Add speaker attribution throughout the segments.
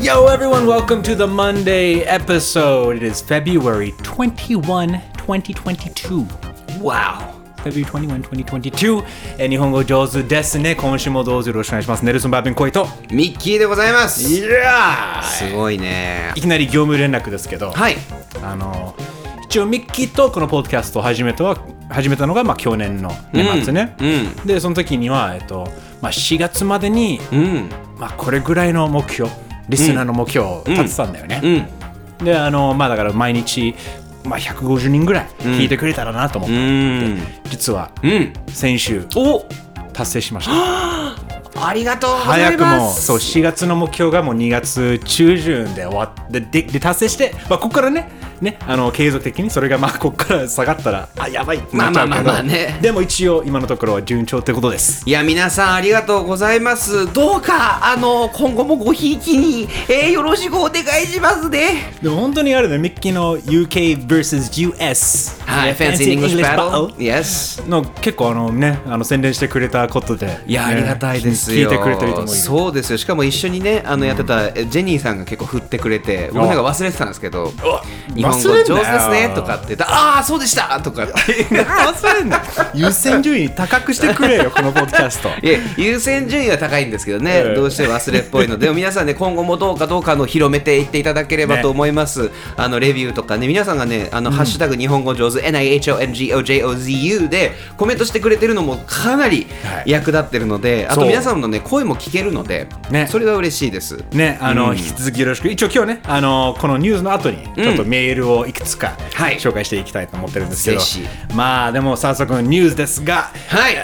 Speaker 1: Yo, everyone, welcome to the Monday episode. It is February 21, 2022. Wow. February 21, 2022. えー日本語上手ですね。今週もどうぞよろしくお願いします。ネルソン・バーベン・コイと。
Speaker 2: ミッキーでございます
Speaker 1: いや
Speaker 2: すごいね
Speaker 1: いきなり業務連絡ですけど、
Speaker 2: はい
Speaker 1: あの一応ミッキーとこのポッドキャストを始めたは始めたのがまあ去年の年末ね、
Speaker 2: う
Speaker 1: でその時には、えっとまあ、4月までに、
Speaker 2: うん
Speaker 1: まあ、これぐらいの目標リスナーの目標を立てたんだよね、
Speaker 2: うん
Speaker 1: であのまあだから毎日、まあ、150人ぐらい聞いてくれたらなと思って、
Speaker 2: うん
Speaker 1: 実は
Speaker 2: うん
Speaker 1: 先週
Speaker 2: お
Speaker 1: 達成しました
Speaker 2: ありがとうござい
Speaker 1: 早く
Speaker 2: ま
Speaker 1: も
Speaker 2: す
Speaker 1: そう4月の目標がもう2月中旬で終わってでで達成して、まあ、ここからねねあの継続的にそれがまあ ここから下がったらあやばいってなっちゃうけど
Speaker 2: まあまあまあまあね
Speaker 1: でも一応今のところは順調ってことです
Speaker 2: いや皆さんありがとうございますどうかあの今後もごひいきに、えー、よろしくお願いしますね
Speaker 1: でも本当にあれねミッキーの UKVSUS
Speaker 2: はい Fancy English Battle Yes
Speaker 1: の結構あのねあの宣伝してくれたことで
Speaker 2: いや、
Speaker 1: ね
Speaker 2: ありがたいです
Speaker 1: 聞い
Speaker 2: よ。
Speaker 1: てくれてると思うよ
Speaker 2: そうですよ。しかも一緒にね、あのやってたえジェニーさんが結構振ってくれて、僕なんか忘れてたんですけど、日本語
Speaker 1: 忘れんな
Speaker 2: 上手
Speaker 1: よ
Speaker 2: ですねとかって言ったら、ああー、そうでしたとかって。忘れんな
Speaker 1: 優先順位高くしてくれよこのポッドキャス ト
Speaker 2: いや優先順位は高いんですけどね、
Speaker 1: ええ
Speaker 2: どうしても忘れっぽいので、でも皆さんね、今後もどうかどうかあの広めていっていただければ
Speaker 1: ね
Speaker 2: と思います、あのレビューとかね、皆さんがね、あのハッシュタグ日本語上手、NIHONGOJOZU でコメントしてくれてるのもかなり
Speaker 1: はい
Speaker 2: 役立ってるので、あ
Speaker 1: そ
Speaker 2: と
Speaker 1: う
Speaker 2: 皆さんのね、声も聞けるので、
Speaker 1: ね
Speaker 2: それが嬉しいです。
Speaker 1: ねあの、
Speaker 2: うん
Speaker 1: 引き続きよろしく一応今日ねあのこのニュースの後にちょっとメールをいくつか
Speaker 2: はい
Speaker 1: 紹介していきたいと思ってるんですけど、
Speaker 2: ぜひ
Speaker 1: まあでも早速ニュースですが
Speaker 2: はい、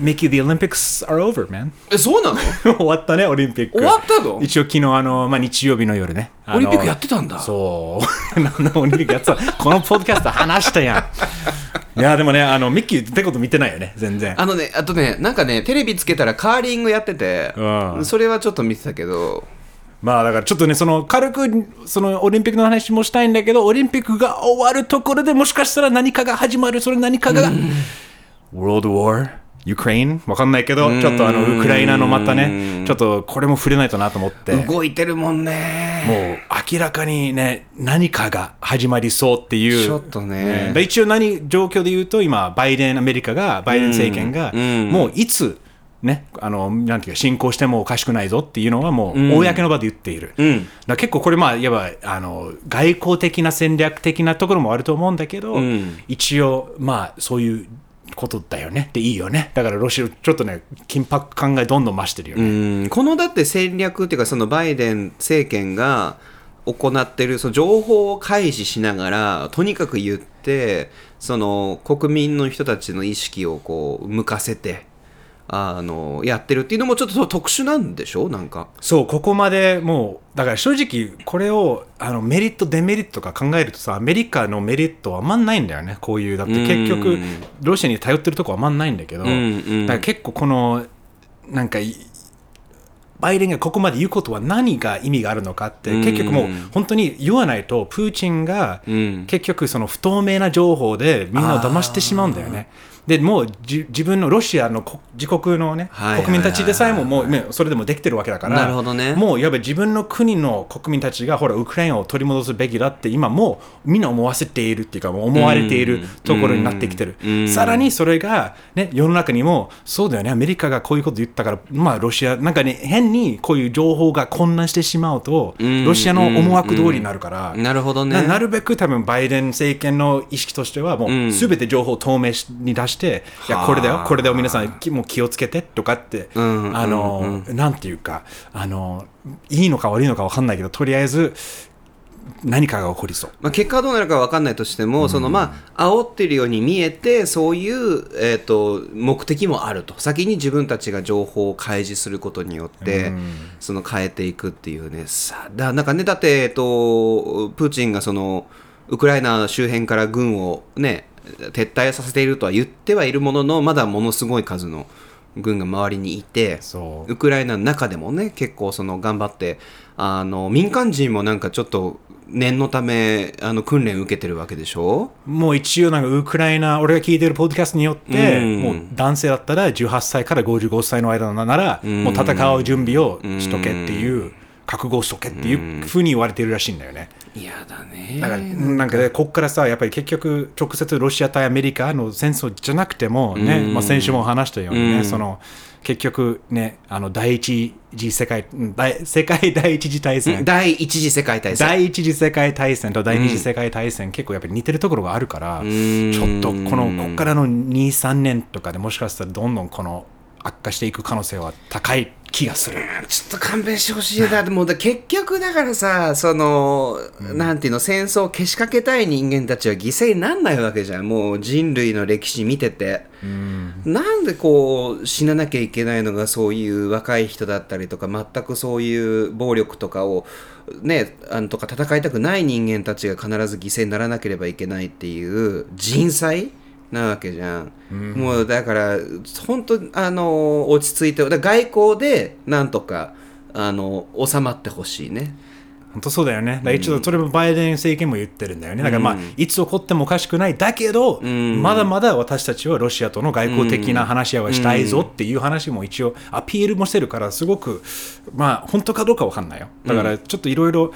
Speaker 1: Mickey the Olympics are over man
Speaker 2: えそうなの
Speaker 1: 終わったねオリンピック
Speaker 2: 終わったの
Speaker 1: 一応昨日あの、まあ、日曜日の夜ねあの
Speaker 2: オリンピックやってたんだ
Speaker 1: そう なんだオリンピックやってたこのポッドキャスト話したや んいやでもねあのミッキーってこと見てないよね全然
Speaker 2: あのね、あとね、なんかね、テレビつけたらカーリングやってて
Speaker 1: う、ん
Speaker 2: それはちょっと見てたけど、
Speaker 1: まあだからちょっとねその軽くそのオリンピックの話もしたいんだけどオリンピックが終わるところでもしかしたら何かが始まるそれ何かが、World War ウクライナわかんないけどちょっとあのウクライナのまたねちょっとこれも触れないとなと思って
Speaker 2: 動いてるもんね。
Speaker 1: もう明らかにね、何かが始まりそうっていう。
Speaker 2: ちょっとね
Speaker 1: で一応何、状況で言うと、今、バイデン、アメリカが、バイデン政権が、
Speaker 2: うん
Speaker 1: もういつ、ね、あの、なんていうか、進行してもおかしくないぞっていうのはもう、公の場で言っている。だ
Speaker 2: ん
Speaker 1: から結構これ、まあ、いわば、あの、外交的な戦略的なところもあると思うんだけど、
Speaker 2: ん
Speaker 1: 一応、まあ、そういう、ことだよねでいいよねだからロシアちょっとね緊迫感がどんどん増してるよね、
Speaker 2: うんこのだって戦略っていうかそのバイデン政権が行ってるその情報を開示しながらとにかく言ってその国民の人たちの意識をこう向かせてあのやってるっていうのもちょっと特殊なんでしょなんか
Speaker 1: そうここまでもうだから正直これをあのメリットデメリットとか考えるとさアメリカのメリットはあんまんないんだよねこういうだって結
Speaker 2: う
Speaker 1: 局
Speaker 2: ん
Speaker 1: ロシアに頼ってるとこはあんまんないんだけど、
Speaker 2: うんうん
Speaker 1: だから結構このなんかいバイデンがここまで言うことは何が意味があるのかって
Speaker 2: うん
Speaker 1: 結局もう本当に言わないとプーチンが
Speaker 2: うん
Speaker 1: 結局その不透明な情報でみんなを騙してしまうんだよね。でもうじ自分のロシアのこ自国のね
Speaker 2: はいはいはい
Speaker 1: 国民たちでさえももうねそれでもできてるわけだから
Speaker 2: なるほどね
Speaker 1: もうやっぱり自分の国の国民たちがほらウクライナを取り戻すべきだって今もうみんな思わせているっていうかもう思われているところになってきてる、
Speaker 2: うん
Speaker 1: さらにそれが、ね、世の中にもそうだよねアメリカがこういうこと言ったから、まあ、ロシアなんかね変にこういう情報が混乱してしまうと
Speaker 2: ん
Speaker 1: ロシアの思惑通りになるから、
Speaker 2: なるほどね
Speaker 1: ななるべく多分バイデン政権の意識としてはもう
Speaker 2: うん
Speaker 1: 全て情報を透明に出して、い
Speaker 2: は
Speaker 1: や
Speaker 2: あ
Speaker 1: これだよこれだよ皆さんきもう気をつけてとかって、
Speaker 2: うん
Speaker 1: あの、なんていうかあのいいのか悪いのか分かんないけどとりあえず何かが起こりそう。
Speaker 2: まあ、結果はどうなるか分かんないとしても、そのまあ煽ってるように見えてそういう、えー、と目的もあると先に自分たちが情報を開示することによって、その変えていくっていうねさだなんかねだって、えー、とプーチンがそのウクライナ周辺から軍を、ね、撤退させているとは言ってはいるもののまだものすごい数の軍が周りにいて。
Speaker 1: そう
Speaker 2: ウクライナの中でもね結構その頑張ってあの民間人もなんかちょっと念のためあの訓練受けてるわけでしょ
Speaker 1: もう一応なんかウクライナ俺が聞いてるポッドキャストによって、
Speaker 2: うん
Speaker 1: もう男性だったら18歳から55歳の間なら、もう戦う準備をしとけっていう覚悟しとけっていうふうに言われてるらしいんだよね。
Speaker 2: 嫌だね
Speaker 1: だから、なんかね、こっからさ、やっぱり結局、直接ロシア対アメリカの戦争じゃなくてもね、まあ、先週も話したようにね、その、結局ね、あの、第一次世界、うん第世界 第一次大戦。
Speaker 2: 第一次世界大戦
Speaker 1: 第一次世界大戦と第二次世界大戦、結構やっぱり似てるところがあるから、ちょっとこの、こっからの2、3年とかでもしかしたらどんどんこの、悪化していく可能性は高い気がする。
Speaker 2: ちょっと勘弁してほしいなもうだ結局だからさその、なんていうの戦争をけしかけたい人間たちは犠牲になんないわけじゃんもう人類の歴史見てて、なんでこう死ななきゃいけないのがそういう若い人だったりとか全くそういう暴力とかをねあのとか戦いたくない人間たちが必ず犠牲にならなければいけないっていう人災なわけじゃん、もうだから本当あの落ち着いてだから外交でなんとかあの収まってほしいね
Speaker 1: 本当そうだよね。だから一応それもバイデン政権も言ってるんだよね。だからまあ、いつ起こってもおかしくない。だけど、まだまだ私たちはロシアとの外交的な話し合いはしたいぞっていう話も一応アピールもしてるから、すごく、まあ、本当かどうかわかんないよ。だからちょっといろいろ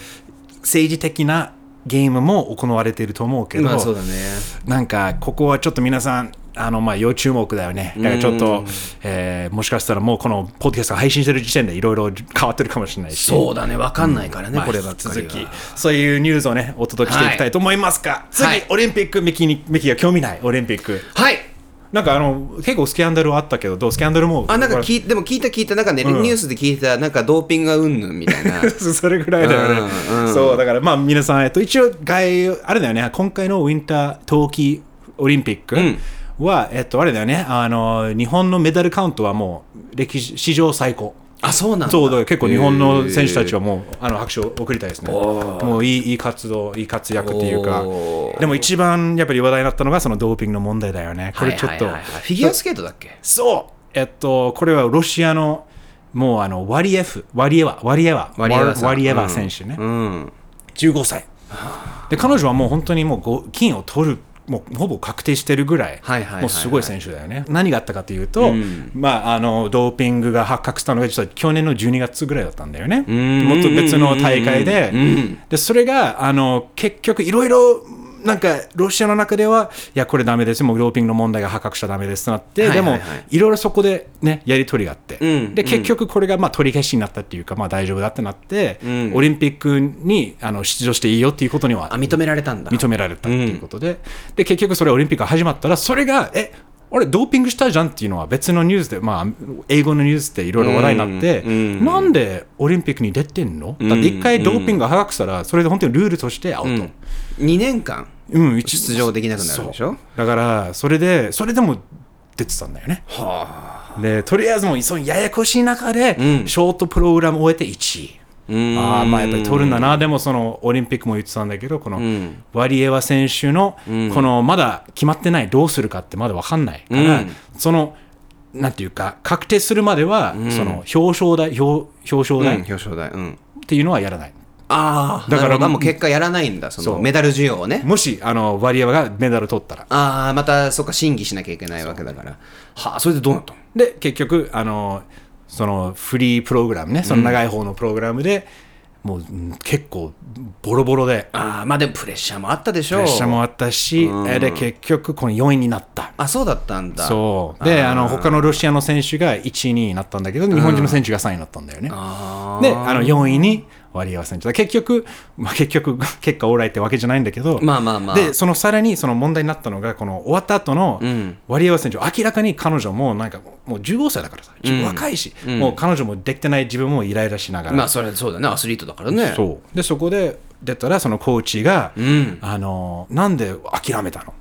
Speaker 1: 政治的なゲームも行われていると思うけど、
Speaker 2: まあそうだね
Speaker 1: なんかここはちょっと皆さんあのまあ要注目だよねだからちょっと、えーもしかしたらもうこのポッドキャストが配信してる時点でいろいろ変わってるかもしれないし
Speaker 2: そうだね分かんないからね、
Speaker 1: まあ
Speaker 2: こればっかり
Speaker 1: 引
Speaker 2: は
Speaker 1: き続きそういうニュースをねお届けしていきたいと思いますが、
Speaker 2: はい
Speaker 1: 次オリンピックミキにミキが興味ないオリンピック
Speaker 2: はい
Speaker 1: なんかあの結構スキャンダルはあったけどどうスキャンダルも
Speaker 2: あなん
Speaker 1: こ
Speaker 2: か
Speaker 1: れ
Speaker 2: 聞いでも聞いた聞いたなんかね、ニュースで聞いたなんかドーピングがうんぬんみたいな
Speaker 1: それぐらいだよね、
Speaker 2: うんうん
Speaker 1: そうだからまあ皆さん、えっと、一応外あれだよね今回のウィンター冬季オリンピックは、えっと、あれだよねあの日本のメダルカウントはもう歴史史上最高
Speaker 2: あそうなんだ
Speaker 1: そうだから結構日本の選手たちはもう、あの拍手を送りたいですね。もういいいい活動、いい活躍っていうか
Speaker 2: お、
Speaker 1: でも一番やっぱり話題になったのがそのドーピングの問題だよね。これちょっと、
Speaker 2: はいはいはいはいフィギュアスケートだっけ
Speaker 1: そう、えっと、これはロシアのもうあのワリエフ、ワリエワ、ワリエワ、
Speaker 2: ワリエワさん
Speaker 1: ワリエワ選手ね、
Speaker 2: うん
Speaker 1: 15歳。で、彼女はもう本当にもうご金を取る。もうほぼ確定してるぐらい、
Speaker 2: はいはいはいはい
Speaker 1: もうすごい選手だよね。何があったかというと、
Speaker 2: うん
Speaker 1: まあ、あのドーピングが発覚したのが実は去年の12月ぐらいだったんだよね。
Speaker 2: ん
Speaker 1: もっと別の大会で、
Speaker 2: うん
Speaker 1: でそれがあの結局いろいろなんかロシアの中ではいやこれダメですもうドーピングの問題が発覚しちゃダメですとなって、
Speaker 2: はいはいはい
Speaker 1: でもいろいろそこでねやり取りがあって、
Speaker 2: うん
Speaker 1: で結局これがまあ取り消しになったっていうかまあ大丈夫だってなって、
Speaker 2: ん
Speaker 1: オリンピックにあの出場していいよっていうことには
Speaker 2: あ認められたんだ
Speaker 1: 認められたっていうことで、で結局それオリンピックが始まったらそれがえ俺ドーピングしたじゃんっていうのは別のニュースで、まあ、英語のニュースでいろいろ話題になって、
Speaker 2: うんうん
Speaker 1: なんでオリンピックに出てんの、
Speaker 2: ん
Speaker 1: だって一回ドーピングが発覚したらそれで本当にルールとしてアウト、うん
Speaker 2: 2年間
Speaker 1: 一
Speaker 2: 出場できなくなるでしょ
Speaker 1: そうだからそれでそれでも出てたんだよね
Speaker 2: はあ
Speaker 1: でとりあえずもうそのややこしい中で、
Speaker 2: うん
Speaker 1: ショートプログラムを終えて1位あ
Speaker 2: あ
Speaker 1: あまあやっぱり取るんだなでもそのオリンピックも言ってたんだけどこのワリエワ選手のこのまだ決まってないどうするかってまだ分かんないから、
Speaker 2: うん
Speaker 1: そのなんていうか確定するまではその表彰台表表彰
Speaker 2: うん、
Speaker 1: 台っ
Speaker 2: 表彰台うん
Speaker 1: ていうのはやらない、
Speaker 2: ああ
Speaker 1: だ
Speaker 2: だ
Speaker 1: か
Speaker 2: かららもう結果やらないんだその
Speaker 1: そう
Speaker 2: メダル需要をね
Speaker 1: もしあのワリエワがメダル取ったら
Speaker 2: ああまたそっか審議しなきゃいけないわけだからはあそれでどうなったの
Speaker 1: で結局あのそのフリープログラムねその長い方のプログラムで、もううん結構ボロボロで
Speaker 2: ああまあでもプレッシャーもあったでしょ
Speaker 1: プレッシャーもあったし、えで結局この4位になった
Speaker 2: あそうだったんだ
Speaker 1: そうであの他のロシアの選手が1位2位になったんだけど日本人の選手が3位になったんだよね、
Speaker 2: あ
Speaker 1: であの4位にワリエワ選手だ結局、まあ、結局 結果オーライってわけじゃないんだけど、
Speaker 2: まあまあまあ
Speaker 1: でそのさらにその問題になったのがこの終わった後の
Speaker 2: ん
Speaker 1: ワリエワ選手明らかに彼女もなんかもう15歳だからさ若いし、もう彼女もできてない自分もイライラしながら、
Speaker 2: まあそれはそうだねアスリートだからね
Speaker 1: そうでそこで出たらそのコーチが、
Speaker 2: ん
Speaker 1: あのなんで諦めたの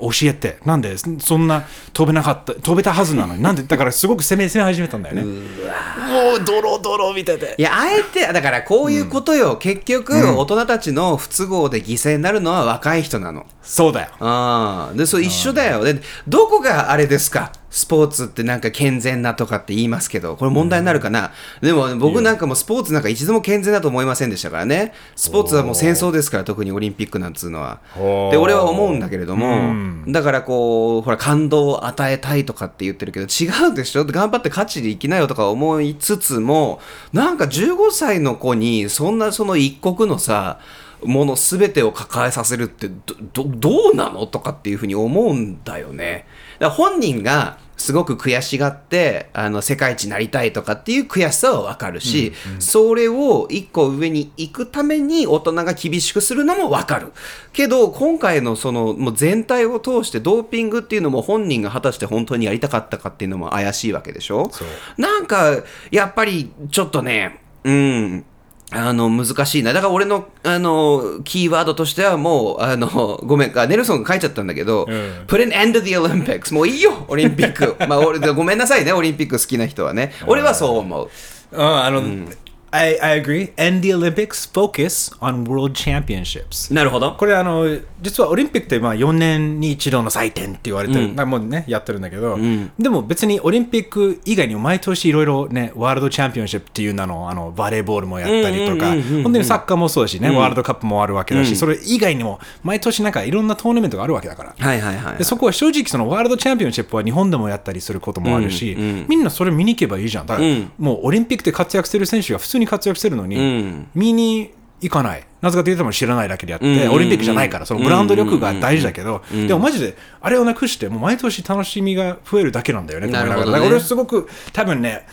Speaker 1: 教えてなんでそそんな飛べなかった飛べたはずなのになんでだからすごく攻め攻め始めたんだよねもうドロドロ見てて
Speaker 2: いやあえてだからこういうことよ、結局、大人たちの不都合で犠牲になるのは若い人なの
Speaker 1: そうだよ
Speaker 2: ああでそれ一緒だよでどこがあれですかスポーツってなんか健全なとかって言いますけど、これ問題になるかな、でも僕なんかもうスポーツなんか一度も健全だと思いませんでしたからね、スポーツはもう戦争ですから、特にオリンピックなんつうのは。
Speaker 1: ほう
Speaker 2: で、俺は思うんだけれども、だからこう、ほら、感動を与えたいとかって言ってるけど、違うでしょ、頑張って勝ちでいきなよとか思いつつも、なんか15歳の子に、そんなその一国のさ、もの全てを抱えさせるってどどどうなのとかっていうふうに思うんだよね。だから本人がすごく悔しがってあの世界一になりたいとかっていう悔しさはわかるし、それを一個上に行くために大人が厳しくするのもわかるけど今回のそのもう全体を通してドーピングっていうのも本人が果たして本当にやりたかったかっていうのも怪しいわけでしょ
Speaker 1: そう
Speaker 2: なんかやっぱりちょっとねうんあの難しいなだから俺のあのキーワードとしてはもうあのごめんかネルソンが書いちゃったんだけど、
Speaker 1: うん
Speaker 2: Put an end to the Olympics もういいよオリンピッ クまあ俺ごめんなさいねオリンピック好きな人はね俺はそう思う
Speaker 1: Uh, I don't. I, I agree. And the Olympics focus on world championships.
Speaker 2: なるほど
Speaker 1: これあの実はオリンピックってまあ4年に一度の祭典って言われてる、まあもうねやってるんだけど、でも別にオリンピック以外にも毎年いろいろねワールドチャンピオンシップっていう名のあのバレーボールもやったりとか本当にサッカーもそうだしね、ワールドカップもあるわけだし、それ以外にも毎年なんかいろんなトーナメントがあるわけだから、
Speaker 2: はいはいはい
Speaker 1: でそこは正直そのワールドチャンピオンシップは日本でもやったりすることもあるし、みんなそれ見に行けばいいじゃんだから、もうオリンピックで活躍してる選手が普通に活躍してるのに、見に行かないなぜかというとも知らないだけであって、オリンピックじゃないからそのブランド力が大事だけど、でもマジであれをなくしてもう毎年楽しみが増えるだけなんだよねと思いながら
Speaker 2: なるほどね
Speaker 1: だから俺すごく多分ね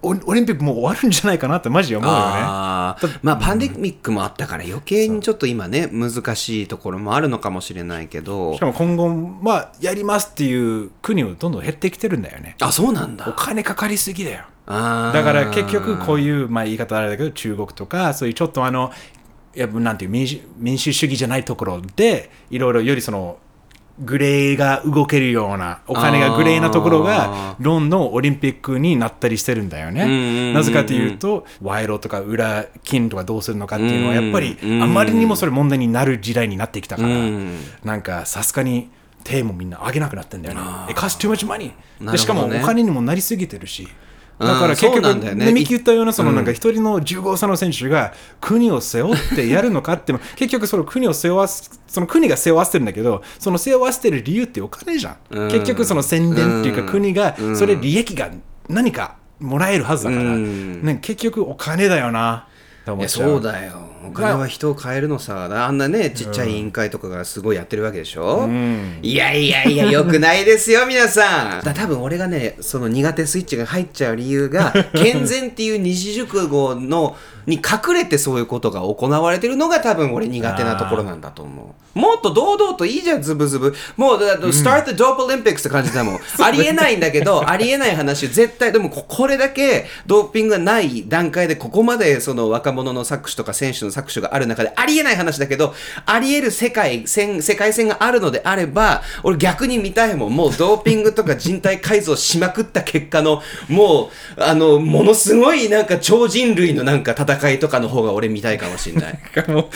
Speaker 1: オオリンピックもう終わるんじゃないかなってマジで思うよね。
Speaker 2: あーまあパンデミックもあったから余計にちょっと今ね難しいところもあるのかもしれないけど
Speaker 1: しかも今後、まあ、やりますっていう国はどんどん減ってきてるんだよね。
Speaker 2: あそうなん
Speaker 1: お
Speaker 2: だ
Speaker 1: 金かかりすぎだよ。
Speaker 2: あー
Speaker 1: だから結局こういう、まあ、言い方あれだけど中国とかそういうちょっとあのやっぱなんていう民主民主主義じゃないところでいろいろよりそのグレーが動けるようなお金がグレーなところがロンドンオリンピックになったりしてるんだよ
Speaker 2: んうんう
Speaker 1: ね。
Speaker 2: ん
Speaker 1: なぜかというと賄賂とか裏金とかどうするのかっていうのはやっぱり
Speaker 2: うんうん
Speaker 1: あまりにもそれ問題になる時代になってきたから
Speaker 2: うん
Speaker 1: なんかさすがに手もみんな上げなくなってんだよね。It costs too much money で
Speaker 2: なるほどね
Speaker 1: しかもお金にもなりすぎてるし。
Speaker 2: うん
Speaker 1: だから結
Speaker 2: そう
Speaker 1: 局、
Speaker 2: なんだよね
Speaker 1: ねミキ言ったような、そのなんか一人の15歳の選手が国を背負ってやるのかって、 結局その国を背負わす、その国が背負わせてるんだけど、その背負わせてる理由ってお金じゃん。
Speaker 2: うん
Speaker 1: 結局その宣伝っていうか、
Speaker 2: うん
Speaker 1: 国が、それ利益が何かもらえるはずだから、
Speaker 2: うん
Speaker 1: ね、結局お金だよな、って
Speaker 2: い
Speaker 1: 思っ
Speaker 2: や
Speaker 1: ちゃう。
Speaker 2: そうだよお金は人を変えるのさあんなねちっちゃい委員会とかがすごいやってるわけでしょ、いやいやいやよくないですよ皆さんだ多分俺がねその苦手スイッチが入っちゃう理 由が健全っていう二字熟語のに隠れてそういうことが行われてるのが多分俺苦手なところなんだと思うもっと堂々といいじゃんズブズブもうだだ Start the Dope Olympics って感じ だもん、ありえないんだけどありえない話絶対でもここれだけドーピングがない段階でここまでその若者の搾取とか選手の搾取がある中でありえない話だけどありえる世界戦世界線があるのであれば俺逆に見たいもんもうドーピングとか人体改造しまくった結果のもうあのものすごいなんか超人類のなんか戦いとかの方が俺見たいかもしれない。
Speaker 1: もう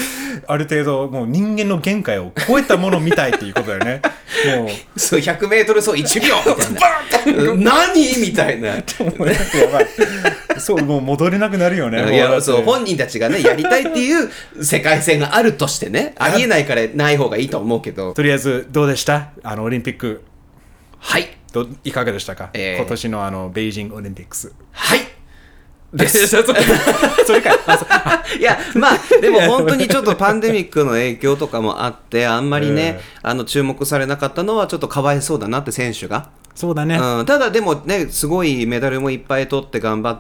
Speaker 1: ある程度、もう人間の限界を超えたものを見たいっていうことだよね。もう
Speaker 2: そう 100m 走1秒みたいな何みたいな
Speaker 1: 俺なんかやばいそう、もう戻れなくなるよね。
Speaker 2: い
Speaker 1: もだ
Speaker 2: や
Speaker 1: って
Speaker 2: そう本人たちがねやりたいっていう世界線があるとし てねありえないからない方がいいと思うけど
Speaker 1: とりあえず、どうでしたあの、オリンピック、
Speaker 2: はい
Speaker 1: どいかがでしたか、
Speaker 2: えー
Speaker 1: 今年のあの、ベイジングオリンピックス。
Speaker 2: はいで す
Speaker 1: それかい。あそう
Speaker 2: いやまあでも本当にちょっとパンデミックの影響とかもあってあんまりね、あの注目されなかったのはちょっとかわいそうだなって選手が
Speaker 1: そうだね。
Speaker 2: うん、ただでもねすごいメダルもいっぱい取って頑張っ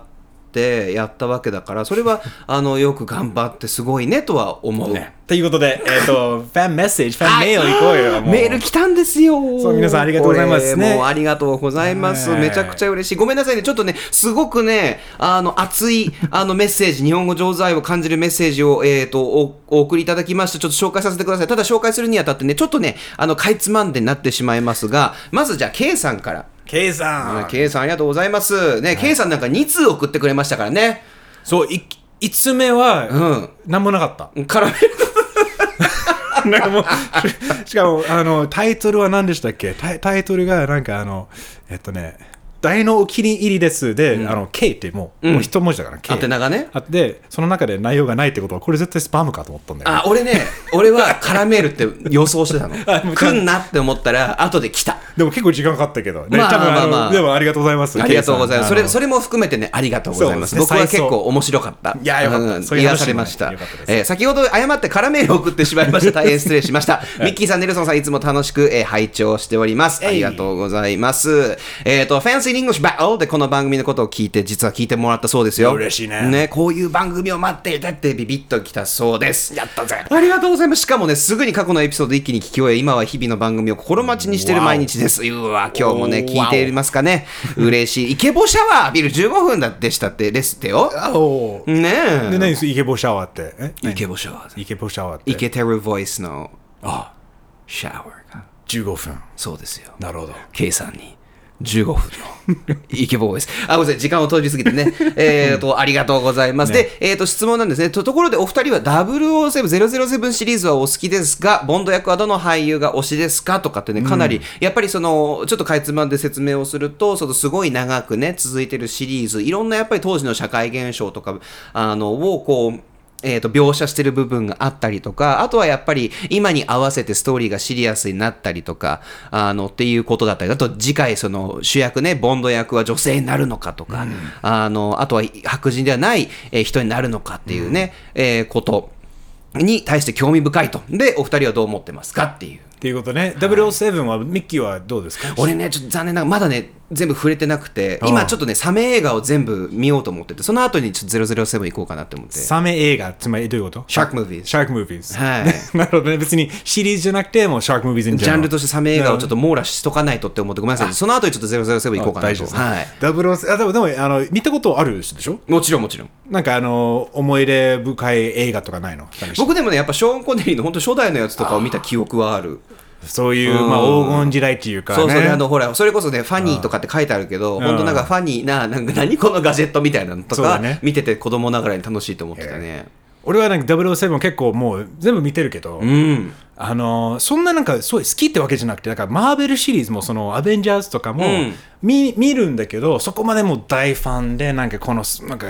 Speaker 2: てやったわけだからそれはあのよく頑張ってすごいねとは思う、
Speaker 1: ねということで、えっ、 と、ファンメッセージ、ファンメール行こうよ。もう
Speaker 2: メール来たんですよ
Speaker 1: そう皆さんありがとうございますね
Speaker 2: これもうありがとうございます、
Speaker 1: ねえ
Speaker 2: めちゃくちゃ嬉しいごめんなさいねちょっとねすごくねあの熱いあのメッセージ日本語上手を感じるメッセージを、えー、とおお送りいただきましてちょっと紹介させてくださいただ紹介するにあたってねちょっとねあのかいつまんでになってしまいますがまずじゃあ K さんから
Speaker 1: ケイさん。
Speaker 2: ケイさんありがとうございます。ね、ケイさんなんか2通送ってくれましたからね。
Speaker 1: そう、い5つ目は、
Speaker 2: うん。
Speaker 1: なんもなかった。
Speaker 2: カラメル。
Speaker 1: なんかもう ししかもあのタイトルは何でしたっけタイタイトルがなんかあのえっとね大のお気に入りですで、あの K ってもう,、もう一文字だから K
Speaker 2: 宛名がね
Speaker 1: あってその中で内容がないってことはこれ絶対スパムかと思ったんだよね、
Speaker 2: あ、俺ね、俺はカラメールって予想してたの
Speaker 1: あもう。ちゃん
Speaker 2: 来んなって思ったら、後で来た。
Speaker 1: でも結構時間かかったけど、ね
Speaker 2: まあ
Speaker 1: 多分の
Speaker 2: まあまあ
Speaker 1: でもありがとうございます
Speaker 2: ありがとうございます。
Speaker 1: K さんあ
Speaker 2: それ、
Speaker 1: の
Speaker 2: それも含めてね、ありがとうございます。
Speaker 1: そうです
Speaker 2: 僕
Speaker 1: ね
Speaker 2: は
Speaker 1: 最
Speaker 2: 結
Speaker 1: 初
Speaker 2: 構面白かった。
Speaker 1: いやよかった
Speaker 2: うん
Speaker 1: そういう話
Speaker 2: 癒されました
Speaker 1: よかったです
Speaker 2: えー先ほど誤ってカラメールを送ってしまい ました。大変失礼しました。ミッキーさん、ネルソンさん、いつも楽しく、えー拝聴しております。ありがとうございます。えっと、Fancy English Battle でこの番組のことを聞いて、実は聞いてもらったそうですよ。
Speaker 1: 嬉しいね
Speaker 2: ね、こういう番組を待っていたってビビッときたそうです。
Speaker 1: やったぜ
Speaker 2: ありがとうございます。しかもね、すぐに過去のエピソード一気に聞き終え、今は日々の番組を心待ちにしている毎日です。うわ、今日もね、
Speaker 1: おー
Speaker 2: 聞いていますかね。嬉しい。イケボシャワー浴びる15分だでしたって、ですってよ。
Speaker 1: あおー
Speaker 2: ね
Speaker 1: で
Speaker 2: え。
Speaker 1: 何ですイケボシャワーってえ何
Speaker 2: イケボシャワー。
Speaker 1: イケボシャワーって
Speaker 2: イケてるボイスの
Speaker 1: あ
Speaker 2: シャワーが。
Speaker 1: 15分
Speaker 2: そうですよ。
Speaker 1: なるほど
Speaker 2: K さんに15分のイケボーイス。あ、ごめんなさい、時間を閉じすぎてね。えっと、ありがとうございます。で、えっ、と、質問なんですね。とところで、お二人は007、007シリーズはお好きですが、ボンド役はどの俳優が推しですかとかってね、かなり、やっぱりその、ちょっとかいつまんで説明をすると、そのすごい長くね、続いてるシリーズ、いろんなやっぱり当時の社会現象とか、あの、をこう、えー、と描写してる部分があったりとかあとはやっぱり今に合わせてストーリーがシリアスになったりとかあのっていうことだったりあと次回その主役ねボンド役は女性になるのかとか、あのあとは白人ではないえー人になるのかっていうね、えーことに対して興味深いとでお二人はどう思ってますかっていう
Speaker 1: っていうことね007はミッキーはどうですか
Speaker 2: 俺ねちょっと残念ながらまだね全部触れてなくて今ちょっとねサメ映画を全部見ようと思っててその後にちょっと007行こうかなって思って
Speaker 1: サメ映画つまりどういうこと
Speaker 2: シャークムービーズ
Speaker 1: シャークムービーズ
Speaker 2: は い
Speaker 1: なるほどね別にシリーズじゃなくてもうシャークムービーズ
Speaker 2: ジャンルとしてサメ映画をちょ
Speaker 1: と
Speaker 2: っと網羅しとかないとって思ってごめんなさい。その後にちょっと007行こうかな
Speaker 1: 大丈
Speaker 2: と。
Speaker 1: 夫ですね、
Speaker 2: はい。
Speaker 1: 007あでもでもあの見たことあるでしょ
Speaker 2: もちろんもちろん。
Speaker 1: なんかあの思い出深い映画とかないの
Speaker 2: 僕でもね、やっぱショーン・コネリーの本当初代のやつとかを見た記憶はある。
Speaker 1: そういう、まあ、黄金時代っていうかね
Speaker 2: そうそう、あの、ほら、それこそね、ファニーとかって書いてあるけど、本当なんかファニーな、なんか何このガジェットみたいなのと
Speaker 1: そうだ
Speaker 2: か
Speaker 1: ね、
Speaker 2: 見てて子供ながらに楽しいと思ってたね。
Speaker 1: 俺はなんか007結構もう全部見てるけど、
Speaker 2: うん。
Speaker 1: あのーそんななんかすごい好きってわけじゃなくてだからマーベルシリーズもそのアベンジャーズとかも
Speaker 2: うん
Speaker 1: 見,、見るんだけどそこまでもう大ファンでなんかこのなんか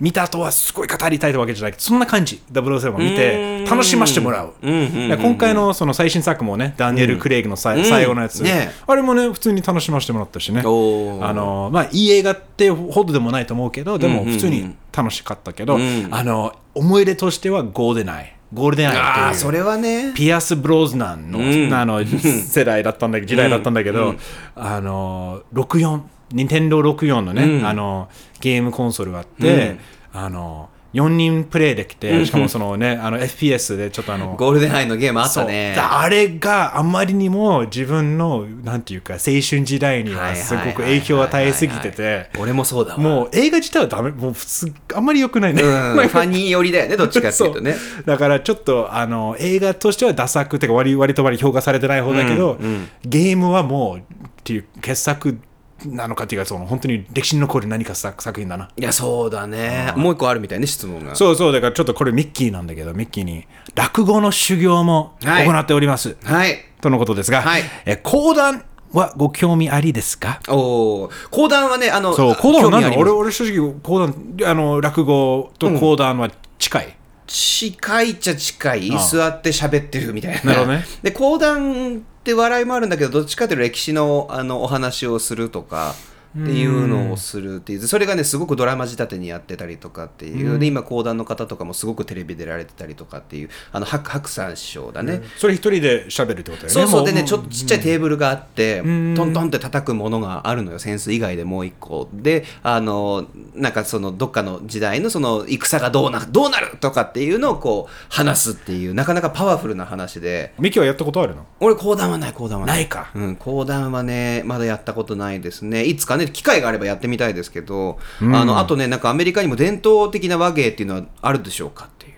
Speaker 1: 見た後はすごい語りたいってわけじゃなくてそんな感じ007を見て楽しませてもらう
Speaker 2: うんうんうん
Speaker 1: だから今回のその最新作もねダニエル・クレイグのさい、
Speaker 2: うん
Speaker 1: 最後のやつ、
Speaker 2: ね
Speaker 1: あれもね普通に楽しませてもらったしねあ
Speaker 2: おー
Speaker 1: のー、まあ、いい映画ってほどでもないと思うけどでも普通に楽しかったけど、
Speaker 2: うん
Speaker 1: あの思い出としてはゴールデンアイゴールデンアイっていう
Speaker 2: ああ、それはね。
Speaker 1: ピアス・ブローズナンの,、
Speaker 2: うん
Speaker 1: あ の世代だったんだけど時代だったんだけど、あの64任天堂64のね、
Speaker 2: うん
Speaker 1: あのゲームコンソールがあって、あの4人プレイできて、しかもそのねあの FPS でちょっとあの
Speaker 2: ゴールデンアイのゲームあったね
Speaker 1: そう。だあれがあまりにも自分のなんていうか青春時代にはすごく影響を与えすぎて
Speaker 2: はいはいはい
Speaker 1: て
Speaker 2: はい。俺もそうだわ。
Speaker 1: もう映画自体はダメもう普通あんまり良くないね、
Speaker 2: うん、ファニー寄りだよね、どっちかっていうとね。
Speaker 1: そうだからちょっとあの映画としてはダサくてか割割と割り評価されてない方だけど、
Speaker 2: うんうん
Speaker 1: ゲームはもうっていう傑作なのかっていうかその本当に歴史に残る何か作作品だない
Speaker 2: や、そうだね。もう一個あるみたいね、質問が。
Speaker 1: そうそうだからちょっとこれミッキーなんだけどミッキーに落語の修行も
Speaker 2: はい
Speaker 1: 行っております、
Speaker 2: はい。
Speaker 1: とのことですが、
Speaker 2: はい
Speaker 1: え講談はご興味ありですか
Speaker 2: おお、講談はね、あの、
Speaker 1: そう講談は
Speaker 2: 興味
Speaker 1: 何
Speaker 2: あり
Speaker 1: だ
Speaker 2: ます
Speaker 1: 俺俺正直講談あの落語と講談は近い、
Speaker 2: 近いっちゃ近い、
Speaker 1: ああ
Speaker 2: 座って喋ってるみたいな。
Speaker 1: なるほどね
Speaker 2: で、講談って笑いもあるんだけど、どっちかっていうと歴史のあのお話をするとか。っていうのをするっていうそれがねすごくドラマ仕立てにやってたりとかっていうで今講談の方とかもすごくテレビ出られてたりとかっていうあの白白山師匠だね、
Speaker 1: それ一人で喋るってことだよね
Speaker 2: そうそ
Speaker 1: も
Speaker 2: うでねちょっとちっちゃいテーブルがあって、トントンって叩くものがあるのよ扇子以外でもう一個であのなんかそのどっかの時代のその戦がどうなどうなるとかっていうのをこう話すっていうなかなかパワフルな話で
Speaker 1: ミキはやったことあるの
Speaker 2: 俺講談はない講談はない
Speaker 1: ないか
Speaker 2: うん、講談はねまだやったことないですねいつかね機会があればやってみたいですけど、あのあとねなんかアメリカにも伝統的な和芸っていうのはあるでしょうかっていう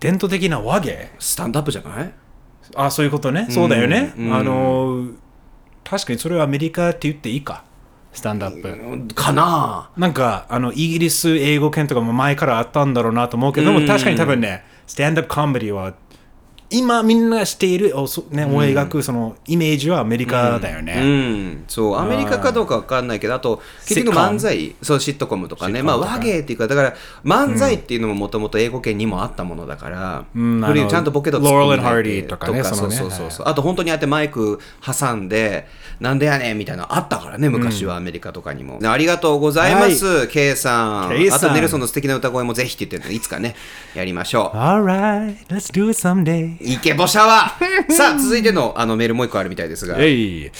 Speaker 1: 伝統的な和芸
Speaker 2: スタンドアップじゃない
Speaker 1: あそういうことねそうだよね、
Speaker 2: うん
Speaker 1: あのー確かにそれはアメリカって言っていいかスタンドアップ、
Speaker 2: うんかな
Speaker 1: なんかあのイギリス英語圏とかも前からあったんだろうなと思うけどでも確かに多分ねスタンドアップコメディは今みんながしているおそ、ね、思い描くそのイメージはアメリカだよね。
Speaker 2: うん、そうアメリカかどうかわかんないけどあと結
Speaker 1: シッ
Speaker 2: 局
Speaker 1: トコム
Speaker 2: 漫才そうシットコムとかね
Speaker 1: シット
Speaker 2: ま
Speaker 1: コ
Speaker 2: あ
Speaker 1: ムとか
Speaker 2: 和芸っていうかだから漫才っていうのももともと英語圏にもあったものだから、
Speaker 1: うん
Speaker 2: より
Speaker 1: あの
Speaker 2: ちゃんとボケとツッ
Speaker 1: Laurel
Speaker 2: コミ
Speaker 1: and
Speaker 2: が入っ
Speaker 1: Hardy
Speaker 2: て
Speaker 1: とかねそ
Speaker 2: そ
Speaker 1: の
Speaker 2: う
Speaker 1: ね
Speaker 2: そうそうそうあと本当にあってマイク挟んでなんでやねんみたいなのあったからね昔はアメリカとかにも、ありがとうございます、K さん
Speaker 1: K さん
Speaker 2: あとネルソンの素敵な歌声もぜひって言ってるのでいつかねやりましょう
Speaker 1: Alright, let's do it someday.
Speaker 2: イケボシャワーさあ続いてのあのメールもう一個あるみたいですが
Speaker 1: えい。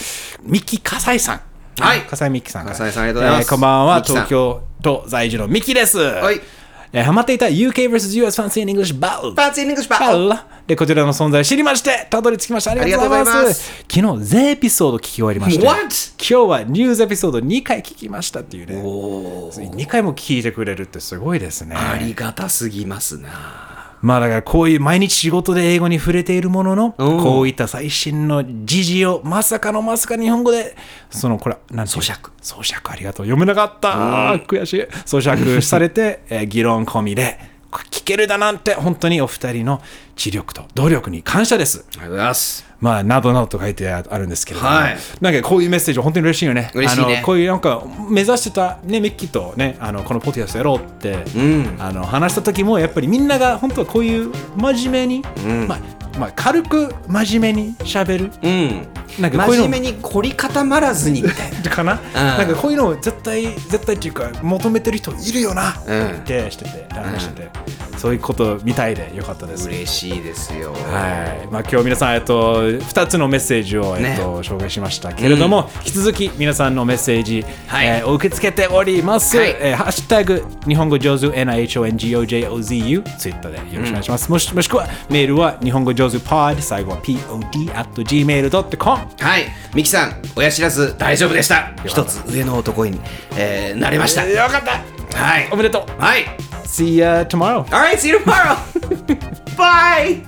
Speaker 1: ミキカサイさん。
Speaker 2: はい
Speaker 1: カサイミキさんから。
Speaker 2: 笠井さんありがとうございます
Speaker 1: こんばんは。
Speaker 2: ミキさん。
Speaker 1: 東京都在住のミキです。はいえー、ハマっていた UK vs. US Fancy and English Battle。
Speaker 2: パーツイングリッシュパー
Speaker 1: あらで、こちらの存在を知りまして、たどり着きました。ありがとうござい
Speaker 2: あ
Speaker 1: ま。
Speaker 2: りがとうございます
Speaker 1: 昨日、全エピソード聞き終わりました。
Speaker 2: What？
Speaker 1: 今日はニュースエピソード2回聞きましたっていうね。
Speaker 2: おー
Speaker 1: 2回も聞いてくれるってすごいですね。
Speaker 2: ありがたすぎますな。
Speaker 1: まあだからこういう毎日仕事で英語に触れているものの、
Speaker 2: うん
Speaker 1: こういった最新の時事をまさかのまさか日本語で、そのこれ、なん咀嚼。咀嚼ありがとう。読めなかった。悔しい。咀嚼されて、えー議論込みで、これ聞けるだなんて、本当にお二人の知力と努力に感謝です。
Speaker 2: ありがとうございます。
Speaker 1: まあ、などなどと書いてあるんですけれども、
Speaker 2: はい
Speaker 1: なんかこういうメッセージ、本当に嬉しいよね。
Speaker 2: 嬉しいね
Speaker 1: あのこういうなんか、目指してた、ね、ミッキーとね、あのこのポッドキャストやろうって、
Speaker 2: ん
Speaker 1: あの話した時も、やっぱりみんなが本当はこういう真面目に、まあまあ、軽く真面目にしゃべる
Speaker 2: うん。
Speaker 1: なんかこういう
Speaker 2: 真
Speaker 1: の
Speaker 2: 面目に凝り固まらずにみたいな。
Speaker 1: かな、なんかこういうのを絶対、絶対っていうか、求めてる人いるよな、
Speaker 2: うん
Speaker 1: ってしてて、話してて、そういうことみたいでよかったです。
Speaker 2: 嬉しいですよ。
Speaker 1: はいまあ、今日皆さん、えっと、2つのメッセージを、えっと紹介しましたけれども、引き続き皆さんのメッセージ、
Speaker 2: はい
Speaker 1: えー受け付けております、
Speaker 2: はい
Speaker 1: えーハッシュタグ日本語上手 NIHONGOJOZU ツイッターでよろしくお願いします、もしもしくはメールは日本語上手 pod 最後は pod at gmail.com
Speaker 2: はい。ミキさん、親知らず大丈夫でした。一つ上の男に、えー、なれました。
Speaker 1: よかった
Speaker 2: はい
Speaker 1: お。めでとう
Speaker 2: はい。
Speaker 1: See ya tomorrow
Speaker 2: Alright, see you tomorrow! Bye!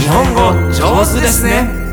Speaker 1: 日本語上手ですね